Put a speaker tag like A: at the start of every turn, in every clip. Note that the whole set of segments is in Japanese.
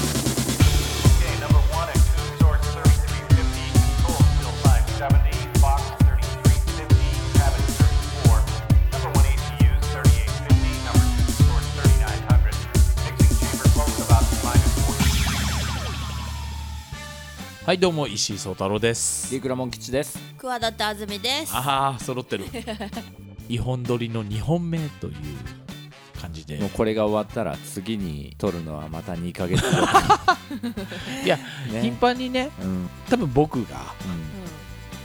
A: Okay, number one at Coon Source 3350, Control Still 570, Fox 3350, Cabin 34, number one ACU 3850, number two Source 3900, mixing chamber close about minus 40.
B: はいどうも石井聡太郎です
C: リクラモン吉です。
D: 桑田とあずみです。
B: ああ揃ってる 日本撮りの2本目という感じで
C: もうこれが終わったら次に撮るのはまた2ヶ月後。
B: いや、
C: ね
B: 頻繁にね
C: うんうん
B: 多分僕が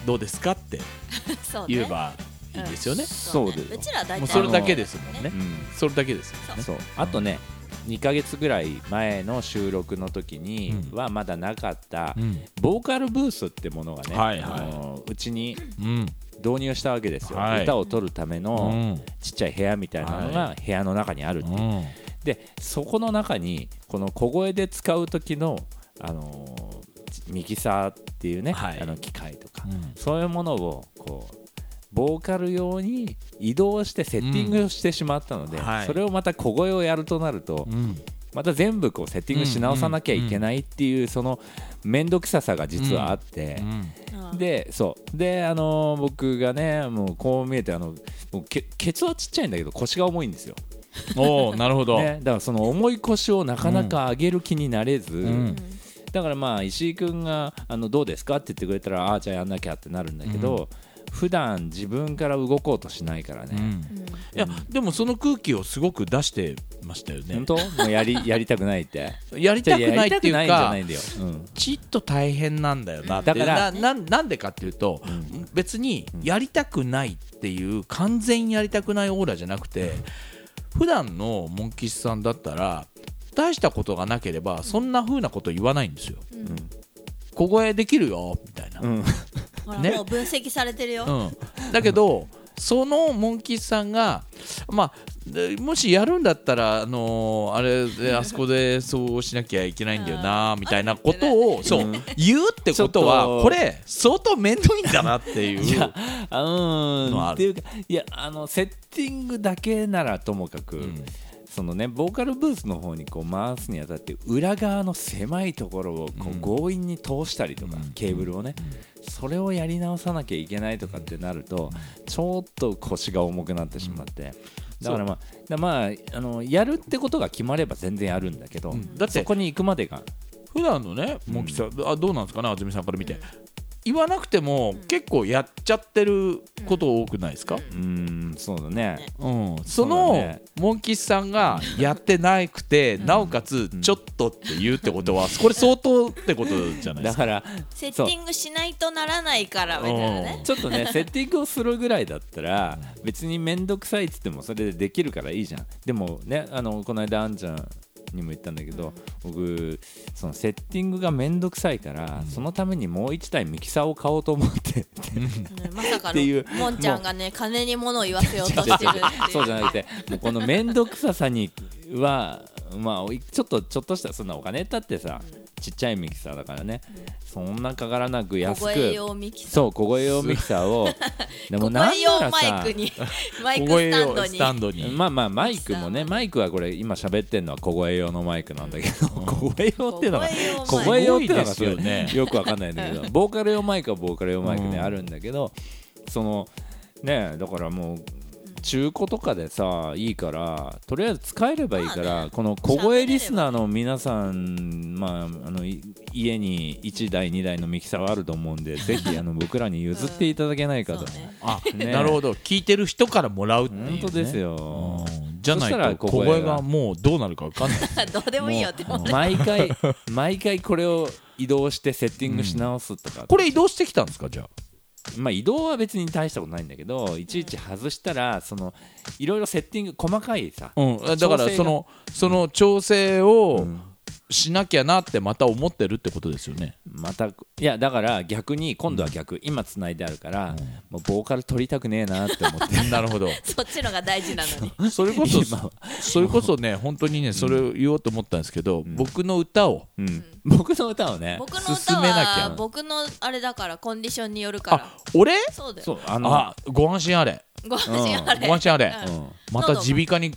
B: どうですかって
D: そうね。
B: 言えばいいですよね
C: そうです
D: うちらは大
B: もう
D: 体
B: それだけですもんね
C: うん
B: それだけですよね
C: そうあとね2ヶ月ぐらい前の収録の時に
B: うん
C: はまだなかった
B: うん
C: ボーカルブースってものがね、
B: はいはい
C: あのうちに
B: うん
C: 導入したわけですよ、
B: はい
C: 歌を撮るためのちっちゃい部屋みたいなの
B: は
C: が部屋の中にあるっていう、
B: うん
C: でそこの中にこの小声で使う時の、あのーミキサーっていうね、
B: はい
C: あの機械とか、
B: うん
C: そういうものをこうボーカル用に移動してセッティングをしてしまったので、
B: うんはい
C: それをまた小声をやるとなると、
B: うん
C: また全部こうセッティングし直さなきゃいけないっていうその面倒くささが実はあって、
D: うん
C: でそうで、あのー僕がねもうこう見えてあのもうけケツはちっちゃいんだけど腰が重いんですよ。
B: おおなるほど、
C: ね、だからその重い腰をなかなか上げる気になれず、
B: ん
C: だからまあ石井君があのどうですかって言ってくれたらああじゃあやんなきゃってなるんだけど、普段自分から動こうとしないから
B: う
C: ね、
B: んいやでもその空気をすごく出してましたよね
C: 本当もうやりやりたくないって
B: やりたくないっていう
C: やりたくないんじゃな
B: か
C: いんだよ、うん
B: ちっと大変なんだよなって
C: だから
B: なななんでかっていうと、別にやりたくないっていう完全にやりたくないオーラじゃなくて、普段のモンキスさんだったら大したことがなければそんな風なこと言わないんですよ。小声できるよみたいな、
C: うん
D: ほら
B: ね
D: もう分析されてるよ。
B: うん、だけどそのモンキーさんが、まあ、でもしやるんだったら、あのーあれであそこでそうしなきゃいけないんだよなみたいなことをそう言うってこと
C: ちょっ
B: は
C: と
B: これ相当面倒いんだなっていう。
C: いやあう
B: の
C: ーん
B: ある
C: っていうかいやあのセッティングだけならともかく、
B: ん
C: そのねボーカルブースの方にこう回すにあたって裏側の狭いところをこ
B: うん
C: う強引に通したりとか、
B: うん
C: ケーブルをね、それをやり直さなきゃいけないとかってなると、ちょっと腰が重くなってしまって。だからまあだまあ、あのやるってことが決まれば全然やるんだけど、
B: うんだって
C: そこに行くまでが
B: 普段のね、モンキーさん、あどうなんですかね、安住さんから見て、言わなくても、結構やっちゃってること多くないですか、
C: うーんそうだね
B: うん、そ
C: そうだ
B: の
C: ね
B: モンキスさんがやってなくて、なおかつちょっとって言うってこと は、これ相当ってことじゃないで
C: だ
B: すか。
C: から
D: セッティングしないとならないからみたいなね。
C: ちょっと ねセッティングをするぐらいだったら別に面倒くさいっつってもそれでできるからいいじゃんでもねあのこの間あんちゃんにも言ったんだけど、僕そのセッティングが面倒くさいから、そのためにもう一台ミキサーを買おうと思って
D: うんまさか
C: っていう
D: のもんちゃんがね金に物を言わせようとしてるってい
C: そうじゃなくてもうこの面倒くささにはまあちょっとちょっとしたそんなお金だってさちっちゃいミキサーだからね、そんなかからなく安
D: 小
C: く
D: 声用ミキサー。
C: そう小声用ミキサー をでも
D: 小
C: な
D: 声
C: んな
D: 用
C: ら
D: マ
C: さ
D: イクにマイク
B: 声
D: スタン
B: を
D: ド
B: スタン
D: に。
B: ドに。
C: まあまあマイクもねマイクはこれ今喋ってるのは小声用のマイクなんだけど小声用っていうのが小
D: 小声
B: 用
C: 声用
B: マ
C: っ
B: イク
C: ていうのが
B: すごいですよね
C: よくわかんないんだけどボーカル用マイクはボーカル用マイク
B: う
C: で
B: ん
C: あるんだけどそのねだからもう中古とかでさいいからとりあえず使えればいいか
D: まあ
C: らこの小声リスナーの皆さんまああのい家に1台2台のミキサーはあると思うんで ぜひあの僕らに譲っていただけないか
D: そ
C: と
D: うね
B: あ
C: ね
B: なるほど、聞いてる人からもらうっていう、ね。
C: 本当ですよ
B: うん。じゃな
C: そした
B: い
C: ら
B: と
C: 小
B: 小
C: 声が
B: 声がもうどうなるかわかんない。
D: どうでもいいよって思って。
C: 毎回毎回これを移動してセッティングし直すとか、
B: これ移動してきたんですかじゃあ。
C: まあ移動は別に大したことないんだけどいちいち外したらそのいろいろセッティング細かいさ、
B: うん。だから
C: 調整が
B: そのその調整を
C: ん
B: しなきゃなってまた思ってるってことですよね。
C: またいやだから逆に今度は逆、今つないであるから、もうボーカル取りたくねえなって 思って
B: なるほど。
D: そっちのが大事なのに。
B: それこそ
C: 今は
B: それこそね本当にねそれを言おうと思ったんですけど、僕の歌を
C: うん、僕の歌をね
D: 僕の歌
B: 進めなきゃ
D: は僕のあれだからコンディションによるから
B: あ。俺
D: そうだ
C: そ
D: よ。
C: うあの
B: あご安心あれ
D: ご安心あれ。
B: ご安心あれ、
D: うん
C: うん
B: また耳鼻科に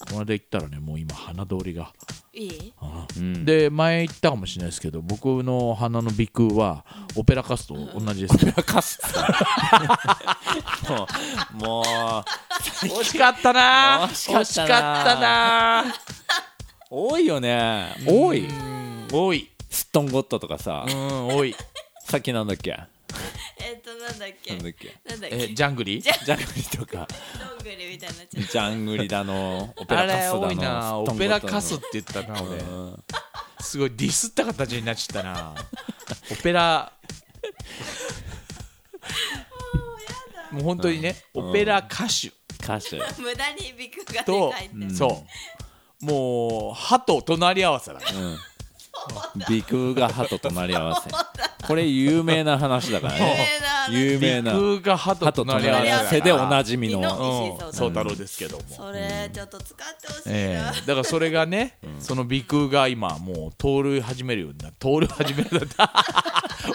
B: この間行ったらねもう今鼻通りが、
D: いい
B: あ
C: うん
B: で前言ったかもしれないですけど僕の鼻の鼻腔はオペラカスと同じです、ね、
C: かす もうも
B: 惜しかったな
C: 惜しかったな
B: な
C: う多いよね
B: 多い多い
C: スットンゴットとかさ
B: うん多い
C: さっきなんだっけ
D: えっとなんだっけ
C: なんだ
D: な
C: っけ
D: んだっけ
B: えジャング リー
C: ジャングリとか
D: どんぐりみたいになっちゃっ
C: ジャングリだのオペ
B: あ
C: ラカス
B: れ
C: だの
B: 多いな
C: ス
B: オ
C: トンゴ
B: ペ
C: ットだの
B: ラカスって言ったな俺
C: うん
B: すごいディスった形になっちゃった なオペ ラもう本当にね、
C: うん
B: オペラ歌手
C: 歌手
D: た無駄にビクが
B: と
D: でかいって、、
B: そうもう歯と隣り合わせだから
C: うん鼻腔が歯と隣り合わせこれ有名な話だからね
D: 有
C: 有名な
B: 僕が歯と
C: 歯と
B: 隣
C: 隣
B: り
C: り
B: 合
C: 合
B: わ
C: わ
B: せだから
C: せでおなじみ
D: 昨日
C: の
B: うん宗太郎ですけども、
D: それちょっと使ってほしいな、
B: ええだからそれが ね、その鼻腔が今もう盗塁始めるようにな盗塁始めるようにな った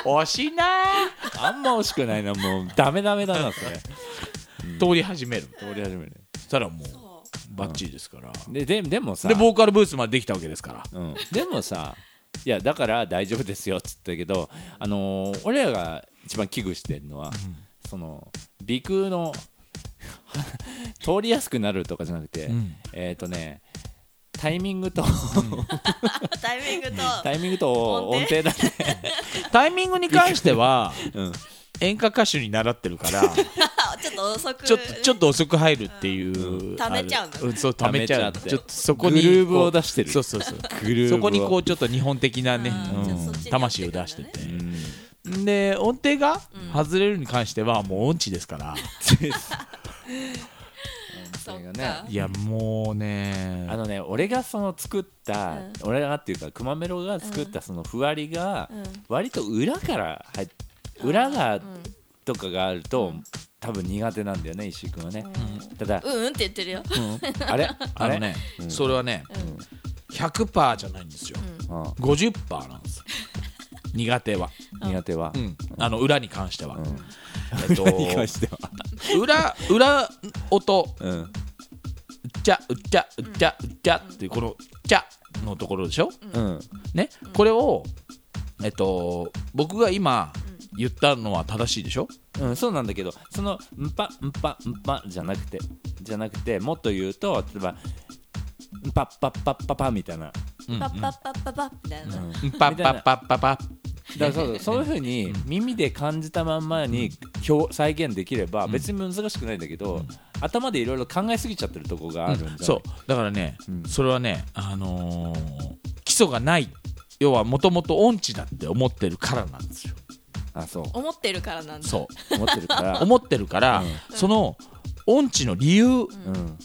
B: 惜しいな
C: あんま惜しくないなもうダメダメだなそれ
B: 盗塁始める
C: 通り始める
B: そしたらもう
D: そ
B: バッチリですから、
C: でででもさ
B: でボーカルブースまでできたわけですから
C: うん、でもさいやだから大丈夫ですよっつったけど、あのー俺らが一番危惧してるのは、その鼻腔の通りやすくなるとかじゃなくて、
B: ん
C: えっ、とねタイミング と
D: う タイミングと
C: タイミングと音
D: 音
C: 程だね、
B: タイミングに関して は
C: うん、
B: 演歌歌手に習ってるから
D: あちょっと遅く
B: ちょっとちょっと遅く入るっていう、
D: 溜めちゃうの
B: あるんそう溜めちゃう
C: 溜めちゃって
B: ちょっとそこに
C: グルーブを出してる
B: そうそうそう
C: グルーブを
B: そこにこうちょっと日本的なね、
D: う
B: う
D: ん
B: ん
D: ちょっとそっちに
B: 魂を出してて、
C: うん
B: で音程が外れるに関してはもう音痴です から、
D: そっ
C: そ
D: か
C: うだね
B: いやもうね
C: あのね俺がその作った、俺がっていうかくまメロが作ったそのふわりが、
D: うん
C: 割と裏から入っ裏がとかがあると、多分苦手なんだよね石井君はね、ただ、
D: うんうんって言ってるよ
C: あれ
B: あ
C: あれ
B: のね、それはね、100%じゃないんですよ、
C: うん
B: 50%なんですよ苦手は、
C: 苦手は、
B: うんあの裏に関しては、えっと
C: 裏に関しては、
B: 裏裏音
C: うん、
B: うっちゃうっちゃうっちゃうっちゃっていうこのうっちゃのところでしょ、
C: うん、
B: ねこれをえっと僕が今言ったのは正しいでしょ
C: うん、そうなんだけどそのんぱんぱんぱじゃなくてじゃなくてもっと言うと例えばんぱっぱっぱっぱっぱみたいな
D: パッパッパッパッパッみたいな、
B: パッパッパッパッパッ
C: だからそうそういうふうに耳で感じたまんまに表再現できれば別に難しくないんだけど、頭でいろいろ考えすぎちゃってるとこがあるんじゃない、
B: そうだからね、
C: ん
B: それはね、あのー基礎がない要はもともと音痴だって思ってるからなんですよ
C: あそう
D: 思ってるからなんだ
B: そ
C: 思ってるか
B: う
C: ら、
B: 思ってるから、その音痴の理由
C: うん、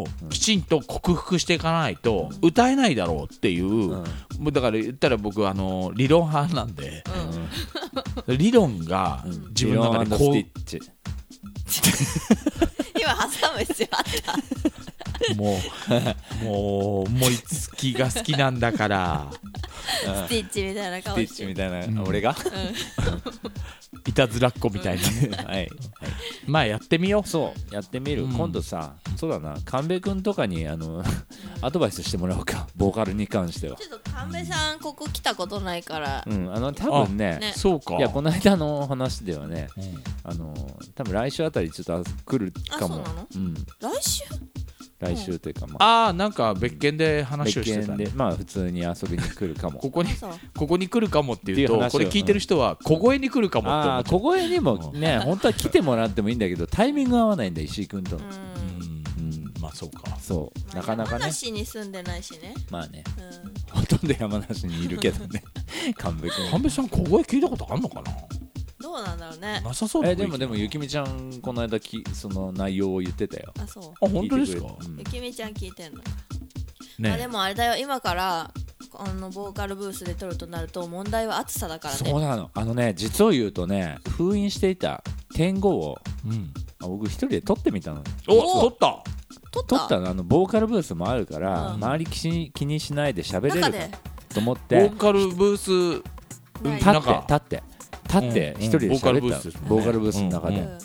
B: をきちんと克服していかないと歌えないだろうっていう、もうだから言ったら僕あの理論派なんで、理論が自分の中でこ
C: リロンスティッチ
D: 今挟む必要あった
B: うもうもう思いつきが好きなんだから
D: スティッチみたいな
C: ス
D: 顔
C: ティッ
D: し
C: チ
D: て
C: みたいな、俺が
B: いたずらっ子みたいな、
C: はい
B: まあやってみよう
C: そうやってみる、
B: うん
C: 今度さそうだな神戸君とかにあのアドバイスしてもらおうかボーカルに関しては
D: ちょっと神戸さんここ来たことないから、
C: うんあの多分ね
D: ね
B: そうか
C: いやこの間の話ではね、
B: ん
C: あの多分来週あたりちょっと来るかも
D: あそうなの
C: ん、
D: 来週
C: 来週というかまあ
B: ああなんか別件で話
C: 別
B: をしてた
C: 件
B: ね
C: でまあ普通に遊びに来るかも
B: ここに
D: そう
B: ここに来るかもっていう
C: ってい
B: と
C: う話を
B: これ聞いてる人は小声に来るかもって思
C: あ
B: っ
C: あ
B: て
C: 小声にもね本当は来てもらってもいいんだけどタイミング合わないんだ石井君との
D: うん
C: うん
B: まあそうか
C: そうなかなか
D: 山
C: ね
D: 梨に住んでないしね、
C: まあね
D: うん、
C: ほとんど山梨にいるけどね 神戸君
B: 神戸さん小声聞いたことあんのかな
D: どうなんだろうね
B: なさそうだ
C: え
B: ね
C: でもでもゆきみちゃんこの間きその内容を言ってたよ
D: あそう
B: あ本当ですか
C: 聞いてくれ
D: ゆきみちゃん聞いてんの、
B: ね
D: あでもあれだよ今からあのボーカルブースで撮るとなると問題は暑さだから
C: そ
D: ね
C: うなのあのね実を言うとね封印していた点5を
B: うん
C: あ僕一人で撮ってみたの
B: お取った
D: 撮った
C: 撮ったのあのボーカルブースもあるから、
D: うん
C: 周り気に気にしないで喋れるか
D: 中で
C: と思っ
B: ボ
C: て
B: ーカルブース
D: ない
C: 立
B: 中
C: って立って立って
B: うん
C: 一人で喋っ
B: ボ
C: たの、
B: ーカルブ
C: ボ
B: ースですもんね
C: ーカルブースの中で、
D: うん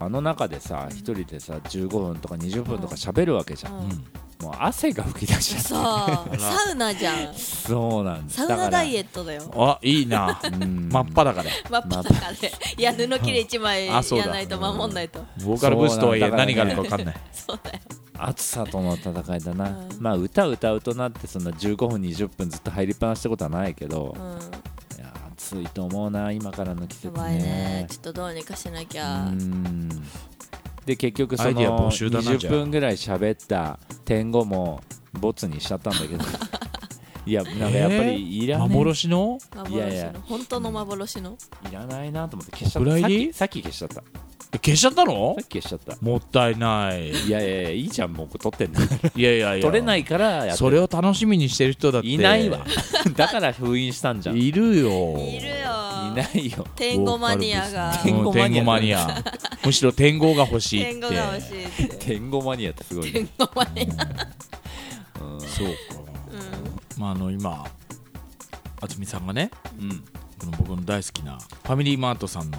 C: あの中でさ一人でさ15分とか20分とか喋るわけじゃん、
D: うん
C: もう汗が噴き出しち
D: そ
C: ゃう
D: うサウナじゃん
C: そうなんです
D: サウナダイエ
C: ッ
D: ットだよ
B: あいい な真っ裸で
D: 真っ裸でいや布切れ一枚や
B: あそうだ
D: らないと守んないと
B: ボーカルブースとはい
C: そ
B: え
C: うなんだ
B: 何があるか分かんない
D: そうだよ
C: 暑さとの戦いだな、
D: うん
C: まあ歌歌うとなってそんな15分20分ずっと入りっぱなしってことはないけど、
D: う
C: いや暑いと思うな今からの季節
D: んやばいね
C: ね
D: ちょっとどうにかしなき
C: う
D: ゃ
C: んで結局そ
B: アイ
C: の
B: デア募集だなじ
C: 20
B: ゃあ
C: 分ぐらい喋った点後もボツにしちゃったんだ けどいやなんかやっぱりいらない、
B: 幻の
D: 幻の
C: いやいや
D: 本当の幻の
C: いらないなと思って消しちゃっ
B: お蔵
C: たさっ
B: 入り
C: きさっき消しちゃったさ
B: え消しちゃったの
C: っき消しちゃった
B: もったい ない
C: いやいやいやいいじゃんもう撮ってんだ
B: いやいやいや
C: 撮れないからやって
B: それを楽しみにしてる人だって
C: いないわ だから封印したんじゃんい
B: いるよ
D: いるよ
C: ないよ
D: 天狗マニアが
C: 天
B: うん
C: 狗
B: 天狗マ
C: マ
B: ニ
C: ニ
B: アむしろ天狗が欲しいっ
D: 天
B: て
D: 狗が欲しいって
C: 天狗マニアってすごいね
D: 天狗マニア
B: そうかまああの今あつみさんがね
C: うん
B: この僕の大好きなファミリーマートさんの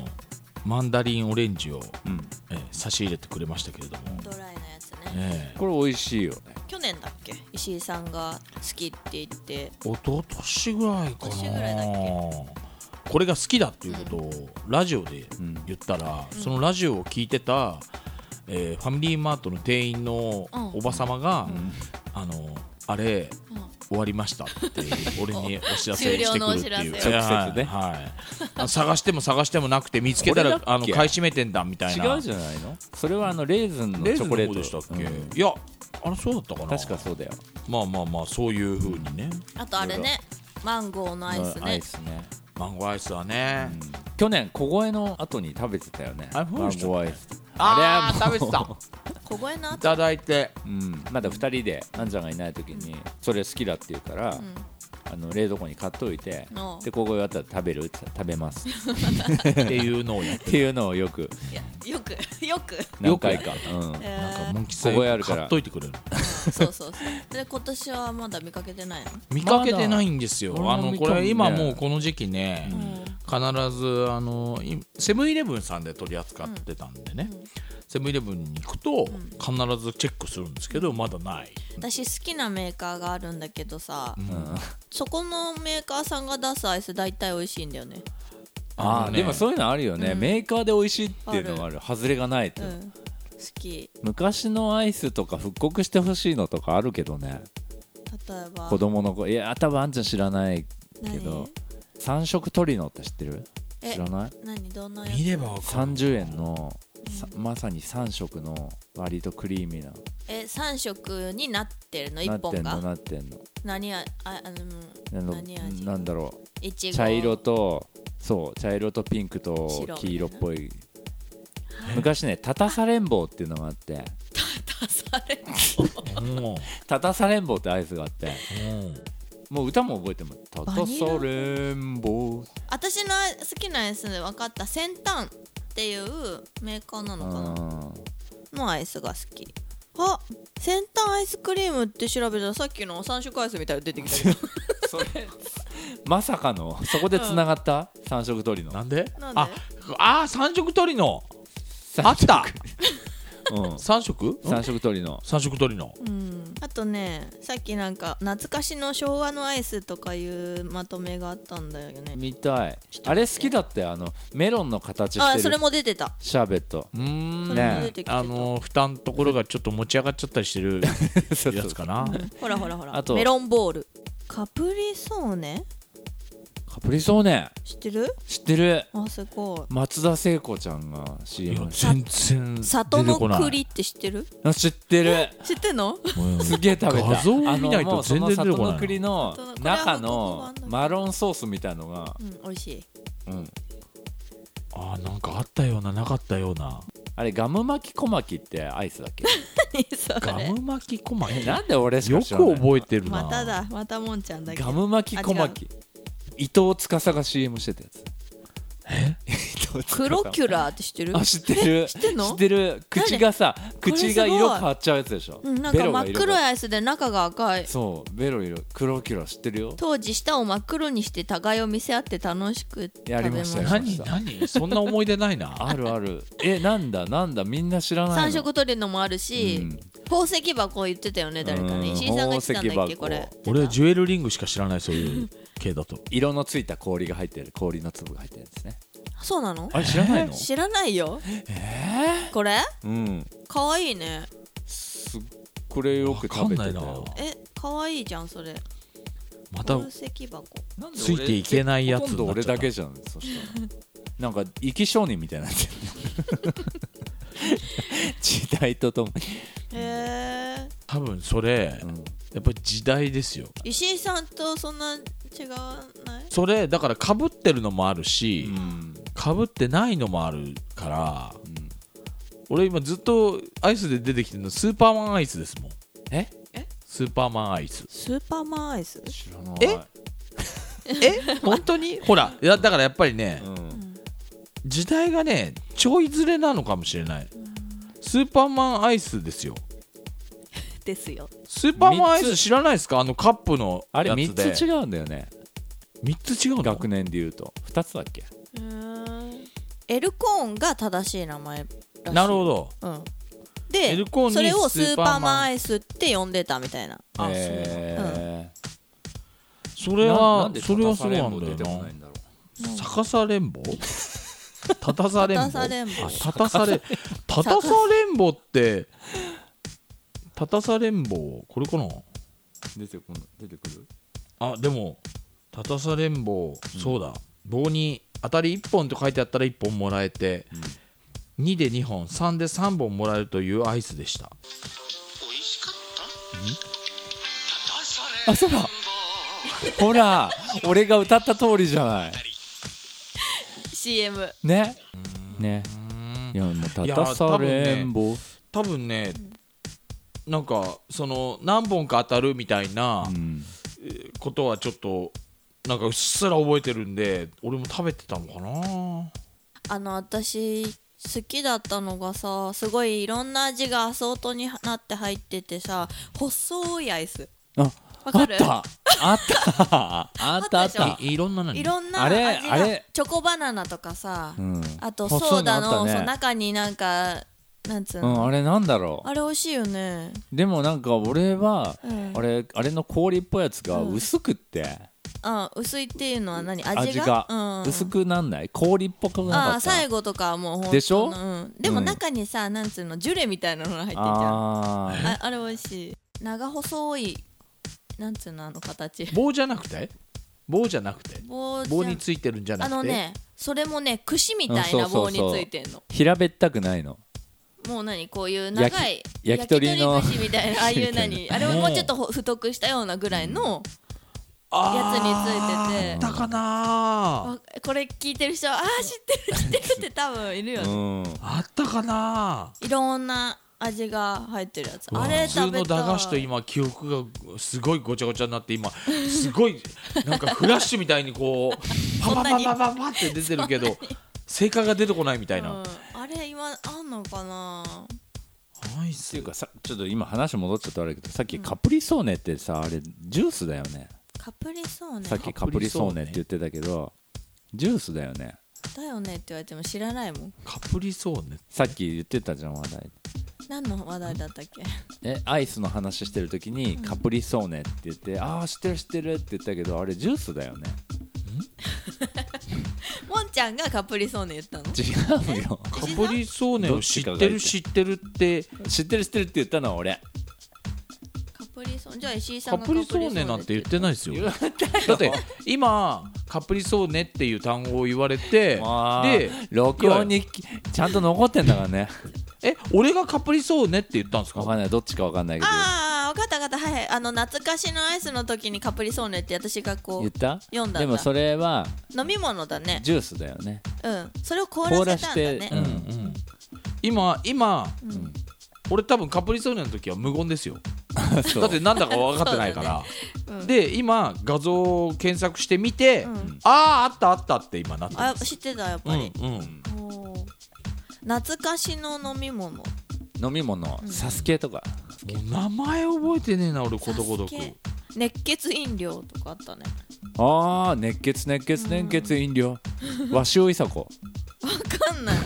B: マンダリンオレンジを、
C: うん
B: えー差し入れてくれましたけれども、
D: ドライなやつね
B: ええ
C: これ美味しいよね
D: 去年だっけ石井さんが好きって言って
B: 一昨年ぐらいか
D: 一昨年ぐらいだ
B: な
D: っ
B: これが好きだっていうことをラジオで言ったら、そのラジオを聞いてた、えーファミリーマートの店員の
D: うん
B: おばさまが、あのあれ
D: うん
B: 終わりましたって俺にお知らせしてくるっていう
D: 終了のお知ら
C: せ直接ね
B: はいはいあ探しても探してもなくて見つけた
C: こ
B: ら
C: れだっけ
B: あの買い占めてんだみたいな
C: 違うじゃないのそれはあのレーズンのチ
B: レーズン
C: ョコレ
B: の方
C: ート
B: でしたっけ、
C: うん
B: いやあれそうだったかな
C: 確かそうだよ
B: まあまあまあそういう風にね
D: あとあれねマンゴーのアイス
C: ア
D: ね
C: イスね
B: マンゴーアイスはね、
C: 去年小声の後に食べてたよね
B: あれ
C: マンゴーアイス
B: あー
C: あれはもう
B: 食べて
D: 小声の
B: たい
D: 後
B: ただいて
C: うんまだ2人であんちゃんがいない時にそれ好きだって言うから、あの冷蔵庫に買っといて
D: おう
C: で小声終わったら食べるって言ったら食べますっ
B: っていうのをやって
C: ていうのをよ く
D: いやよく よく
C: 何回か、うん、
B: なんかモンキー
C: ここへあるから
B: 買っといてくれる
D: そうそうそうで今年はまだ見かけてないの
B: 見かけてないんですよ、
C: まだ
B: あの
C: 俺も見
B: こ
C: たもん
B: れ
C: ね
B: 今もうこの時期ね、必ずあのいセブンイレブンさんで取り扱ってたんでね、セブンイレブンに行くと必ずチェックするんですけどまだない
D: 私好きなメーカーがあるんだけどさ、
C: うん
D: そこのメーカーさんが出すアイス大体美味しいんだよね
B: あ
C: あ
B: の
C: ー
B: ね
C: でもそういうのあるよね、
D: うん
C: メーカーで美味しいっていうのがある外れがないって
D: う
C: いうの、
D: ん好き
C: 昔のアイスとか復刻してほしいのとかあるけどね
D: 例えば
C: 子供の子いや多分あんちゃん知らないけど三
D: 何
C: 色トリノって知ってる
D: え
C: 知らない
D: 何どんなや
B: 見
D: つ
B: ればわかる
C: 30円のさまさに3色の割とクリーミーな
D: え3色になってるの
C: なっ
D: 1
C: て
D: 本
C: んの
D: が
C: なってんの
D: 何あああ
C: な
D: の
C: んだ
D: 何味
C: なんだろ
D: いち
C: う
D: ご
C: 茶 色とそう茶色とピンクと
D: 白
C: 黄色っぽい昔ねタタサレンボーっていうのがあって
D: 出される
B: も
C: タタサレンボーってアイスがあって
B: うもう
C: もう歌も覚えてもタタサレンボー
D: 私の好きなアイスで分かった先端っていうメーカーなのかな
C: あ
D: のアイスが好きあ先端アイスクリームって調べたらさっきの3色アイスみたいなの出てきたけど
C: ーそれまさかのそこでつながった三色鳥の
B: なんで
D: なんで
B: ああー三色鳥のあ
C: 三
B: っ
C: 色
B: た
C: うん
B: 三色
C: 三色鳥の
B: 三色鳥の
D: あとねさっきなんか懐かしの昭和のアイスとかいうまとめがあったんだよね
C: 見たいあれ好きだってあのメロンの形
D: あ
C: して
D: そ
C: る
D: れも出てた
C: シャーベット
B: うーん
D: そ
C: ね
D: れも出てきてた、
B: あの蓋のところがちょっと持ち上がっちゃったりして るやつかな
D: ほらほらほら
C: あと
D: メロンボールカプリソーネ
C: カプリソーネ
D: 知ってる
C: 知ってる
D: あすご
C: 松田聖子ちゃんが
B: いや
C: CM
B: 全然
D: い
B: 出
D: 里
B: てこな
D: の
B: い
D: 栗って知ってる
C: あ知ってる
D: 知ってんの
B: うん
C: すげえ食べた
B: 画像を見ないと全然出てこない
C: あのもうその里の栗の中の
D: 本当だこれは本当の
C: マロンソースみたいのが、
D: うん美味しい
C: うん
B: あーなんかあったようななかったような
C: あれガム巻き小巻きってアイスだっ け
D: 何そ
B: ガ
D: れ
B: ム巻き小
C: え
B: 巻
C: なんで俺し
B: よ
C: か
B: く
C: 知らない
B: 覚えてるな
D: まただまたもんちゃんだけ
C: ガム巻き小巻き伊藤司が CM してたやつえ伊藤司
D: クロキュラーって知ってる
C: あ知ってる
D: 知ってんの
C: 知ってる口がさ
D: れ
C: 口が色変わっちゃうやつでしょ、
D: うん、なん
C: ベ
D: か
C: ロ
D: 真
C: が
D: っ
C: 色
D: 黒い
C: が
D: アイスで中が赤い
C: そうベロ色クロキュラ知ってるよ
D: 当時舌を真っ黒にして互いを見せ合って楽しく食べ
C: やりましたよ
B: 何何そんな 思い出ないな
C: あるあるえなんだなんだみんな知らないの
D: 三色トレノもあるし、
C: うん
D: 宝石箱言ってたよね誰か
C: うん
D: ね石井さんが言ってたんだっ
C: 宝石箱
D: けこれ
B: 俺はジュエルリングしか知らないそういう系だと
C: 色のついた氷が入ってる氷の粒が入ってるんですね
D: そうなの
B: あれ知らないの
D: 知らないよこれ
C: うん
D: 可愛いね
C: すこれよく食べてた
B: わかん
C: よ
B: ない
D: え可愛いじゃんそれ
B: また
D: 宝石箱
C: なんで
B: ついていけないやつ
C: ほとんど俺だけじゃんそしたらなんか生き証人みたいになってる時代とともに、
D: へえ
B: 多分それ
C: うん
B: やっぱり時代ですよ
D: 石井さんとそんな違わない
B: それだからかぶってるのもあるし
C: うん
B: かぶってないのもあるから、俺今ずっとアイスで出てきてるのスーパーマンアイスですもん
C: え
B: スーパーマンアイス
D: スーパーマンアイス
C: 知らない
B: ええ本当 にほらいやだからやっぱりね、
C: うん
B: 時代がねちょいずれなのかもしれないスーパーマンアイスですよ
D: ですよ
B: スーパーマンアイ
C: 三
B: ス
C: つ
B: 知らないですかあのカップの
C: あ
B: やつ
C: れ
B: で
C: 3つ違うんだよね
B: 3つ違うの
C: 学年でいうと2つだっけ
D: へーエルコーンが正しい名前らしい
B: なるほど
D: うん、
B: エ
D: で
B: ルコーンに
D: それをス
B: スー
D: ーパー
B: パーマ
D: マ
B: ン
D: ンアイスって呼んでたみたいな
B: あ
C: え
B: そ
C: ー
B: れ
C: な
B: は
C: なんで
B: それはそうなん
C: 高
B: だ
C: さ連合出てこ
B: よ
C: な
B: ない
C: んだろ
B: 逆さ連棒 立たさ連棒
D: 立たさ連棒
B: あ立たされ立たさ連棒って立たさ連棒これかな
C: う出てこない出てくる
B: あでも立たさ連棒、そうだ棒に当たり1本と書いてあったら1本もらえて、2で2本3で3本もらえるというアイスでした
E: 美味しかった
C: あそうだほら俺が歌った通りじゃない
D: CM
C: ねねいやもう立たされんぼ
B: 多分ねなんかその何本か当たるみたいな
C: うん
B: ことはちょっとなんかうっすら覚えてるんで俺も食べてたのかな
D: あの私好きだったのがさすごいいろんな味がアソートになって入っててさ細いアイス
C: あ
D: わ
C: あ
D: か
C: っ
D: る
C: たあ ったあったあ
D: あ
C: っ
D: ったでしょ
C: た
B: いいろんな何
D: いろんな
C: あ
D: 味
C: れ
D: が
C: あれ
D: チョコバナナとかさ、
C: うん
D: あと
C: 細い
D: ソーダ
C: あっ
D: の
C: たね
D: そう中になんかなんつう
C: う
D: の、
C: んあれなんだろう
D: あれ美味しいよね
C: でもなんか俺は
D: うん
C: あれあれの氷っぽいやつが
D: うん
C: 薄くって
D: あ薄いっていうのは何味が
C: 味が
D: うん、
C: 薄くなんない氷っぽくなかった
D: ああ最後とかはもうほんと
C: でしょ
D: うん、でも中にさ、なんつうのジュレみたいなのが入ってんじゃんあ
C: あー
D: あれ美味しい長細いなんつうのあの形
B: 棒じゃなくて棒じゃなくて
D: 棒じゃん
B: 棒についてるんじゃな
D: あ
B: くて
D: のねそれもね串みたい
C: うん
D: な
C: そう
D: 棒
C: そう
D: に
C: そう
D: ついてんの、
C: 平べったくないの
D: もう何こういう長い
C: 焼き焼き鳥の
D: 焼き鳥串 みたいなああいう
C: み
D: 何あれをもうちょっとほ太くしたようなぐらいの
B: あー
D: やつについてて
B: あったかな
D: あこれ聞いてる人はあー知ってる知ってるって多分いるよね、
C: うん
B: あったかない
D: ろんな味が入ってるやつ
B: うわ
D: あれ
B: 普通
D: 食べ
B: の
D: たい
B: 駄菓子と今記憶がすごいごちゃごちゃになって今すごいなんかフラッシュみたいにこうパパパパパパって出てるけど正解が出てこないみたいな、
D: うん、あれ今あんのかな
B: アイ
C: っ
B: ス
C: ていうかさちょっと今話戻っちゃったあれだけどさっきカプリソーネってさあれジュースだよね
D: カプリソーネ
C: さっきカプリソーネって言ってたけどジュースだよね
D: だよねって言われても知らないもん
B: カプリソーネ
C: さっき言ってたじゃん話題
D: 何の話題だったっけ
C: えアイスの話してる時にカプリソーネって言って、ああ知ってる知ってるって言ったけどあれジュースだよね
D: もんちゃんがカプリソーネ言ったの
C: 違う よ
B: カプリソーネを知
C: ど
B: って
C: っちかがい
B: る
C: い
B: 知ってるって
C: 知ってる知ってるって言ったのは俺
D: カプリソーネじゃあ石井さん
B: カ
D: が
B: プリソーネなんて言ってないですよだって今カプリソーネっていう単語を言われて
C: あー
B: で
C: 録音にちゃんと残ってんだから ね
B: え俺がカプリソーネって言ったんですか
C: わかんないどっちかわかんないけど
D: ああ分かった分かったはいはいあの懐かしのアイスの時にカプリソーネって私がこ
C: 言っ
D: う
C: た
D: 読んだ
C: でもそれは
D: 飲み物だね
C: ジュースだよね
D: うんそれを凍
C: 凍
D: ら
C: ら
D: せた
C: し
D: んだ
C: て、う
D: ね
C: ん
B: 今今、俺多分カプリソーネの時は無言 ですよ
C: そう
B: だってなんだか分かってないから、
D: そうだねうん
B: で今画像を検索してみて、
D: ん
B: あああったあったって今なって
D: あ
B: ま
D: 知ってたやっ
B: うん
D: ぱり、
B: うん
D: おー懐かしの飲み物
C: 飲み物、サスケとか
B: もう名前覚えてねえな俺ことごとく
D: サスケ熱血飲料とかあったね
C: ああ熱血熱血熱血飲料、和塩いさこ
D: わかんない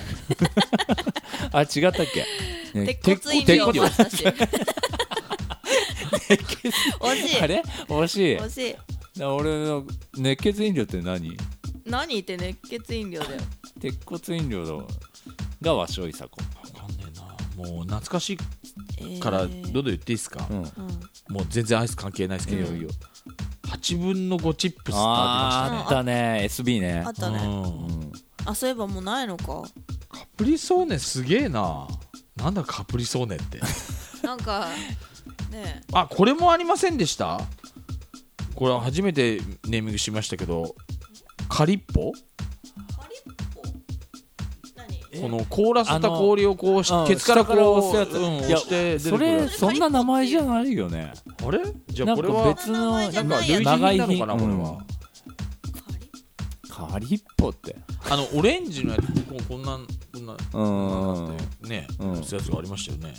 C: あ違ったっけ
D: 鉄骨飲料もあったし 惜しい
C: あれ惜しい
D: 惜しい
C: 俺の熱血飲料って何
D: 何言って熱血飲料だよ
C: 鉄骨飲料のが和尚いさこ
B: わかんねえなもう懐かしい
D: えー
B: からどんどん言っていいですか、
C: うん
D: うん
B: もう全然アイス関係ないですけど、
D: いいよいいよ
B: 8分の5チップスってあ
C: あーあったね SB ね
D: あっ
B: りま
D: た
B: した
D: ね
B: ね、うん
D: あそういえばもうないのか
B: カプリソーネすげえななんだカプリソーネって
D: なんかね
B: あこれもありませんでしたこれは初めてネーミングしましたけどカリッポ
D: えカリッポ何
B: この凍らせ
C: あ
B: た
C: の
B: 氷をこうし
C: うん
B: ケツからこう
C: 下から
B: うん
C: 押
B: 押
C: すやついや
B: して出て
C: そ
B: くる
C: れそんな名前じゃないよね
B: あれじゃ
C: な
B: あ
C: ん
B: こ
C: か
B: れは
C: 別の
D: な
B: なんん
D: か
B: か
D: 別
B: 類似品なのかなこ
C: 長い
B: れ
C: 品
B: は
D: カリ
C: カリッポって
B: あのオレンジのやつここんなんこんな
C: う
B: なん
C: ん
B: だってね
C: うん
B: 押すやつがありましたよね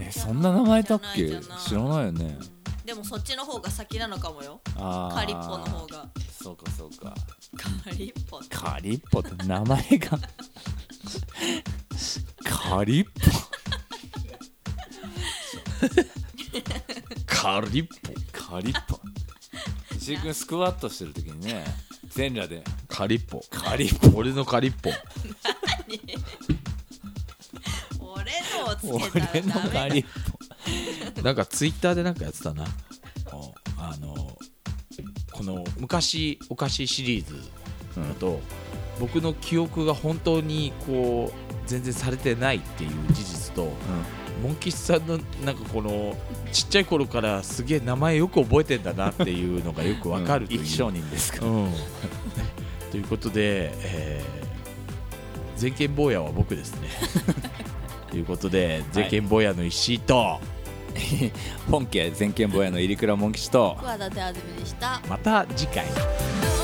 C: えそんな名前だっけ
D: じゃないじゃない
C: 知らないよね
D: でもそっちの方が先なのかもよ
C: あー
D: カリッポの方が
C: そうかそうか
D: カリッポって
C: カリッポって名前 がカリッポ
B: カリッポ
C: カリッポ石井君スクワットしてる時にね全裸で
B: カリッポ
C: カリッ
B: 俺のカリッポ
D: 俺のをつ
C: ポ
D: けた
C: 俺の
D: らダ
C: カ
D: メ
C: リッ
B: なんかツイッターでなんかやってたな。おあのこの昔お菓子シリーズだと、僕の記憶が本当にこう全然されてないっていう事実と、モンキスさんのなんかこのちっちゃい頃からすげえ名前よく覚えてんだなっていうのがよく
C: ポ
B: わかるという。
C: 一商人ですか
B: うんということで、えー、全県坊やは僕ですね。ということで全県坊やの石井と。
C: 本家全県坊やの入倉門吉と
D: 桑田手あずみでした
B: また次回。
D: 「どう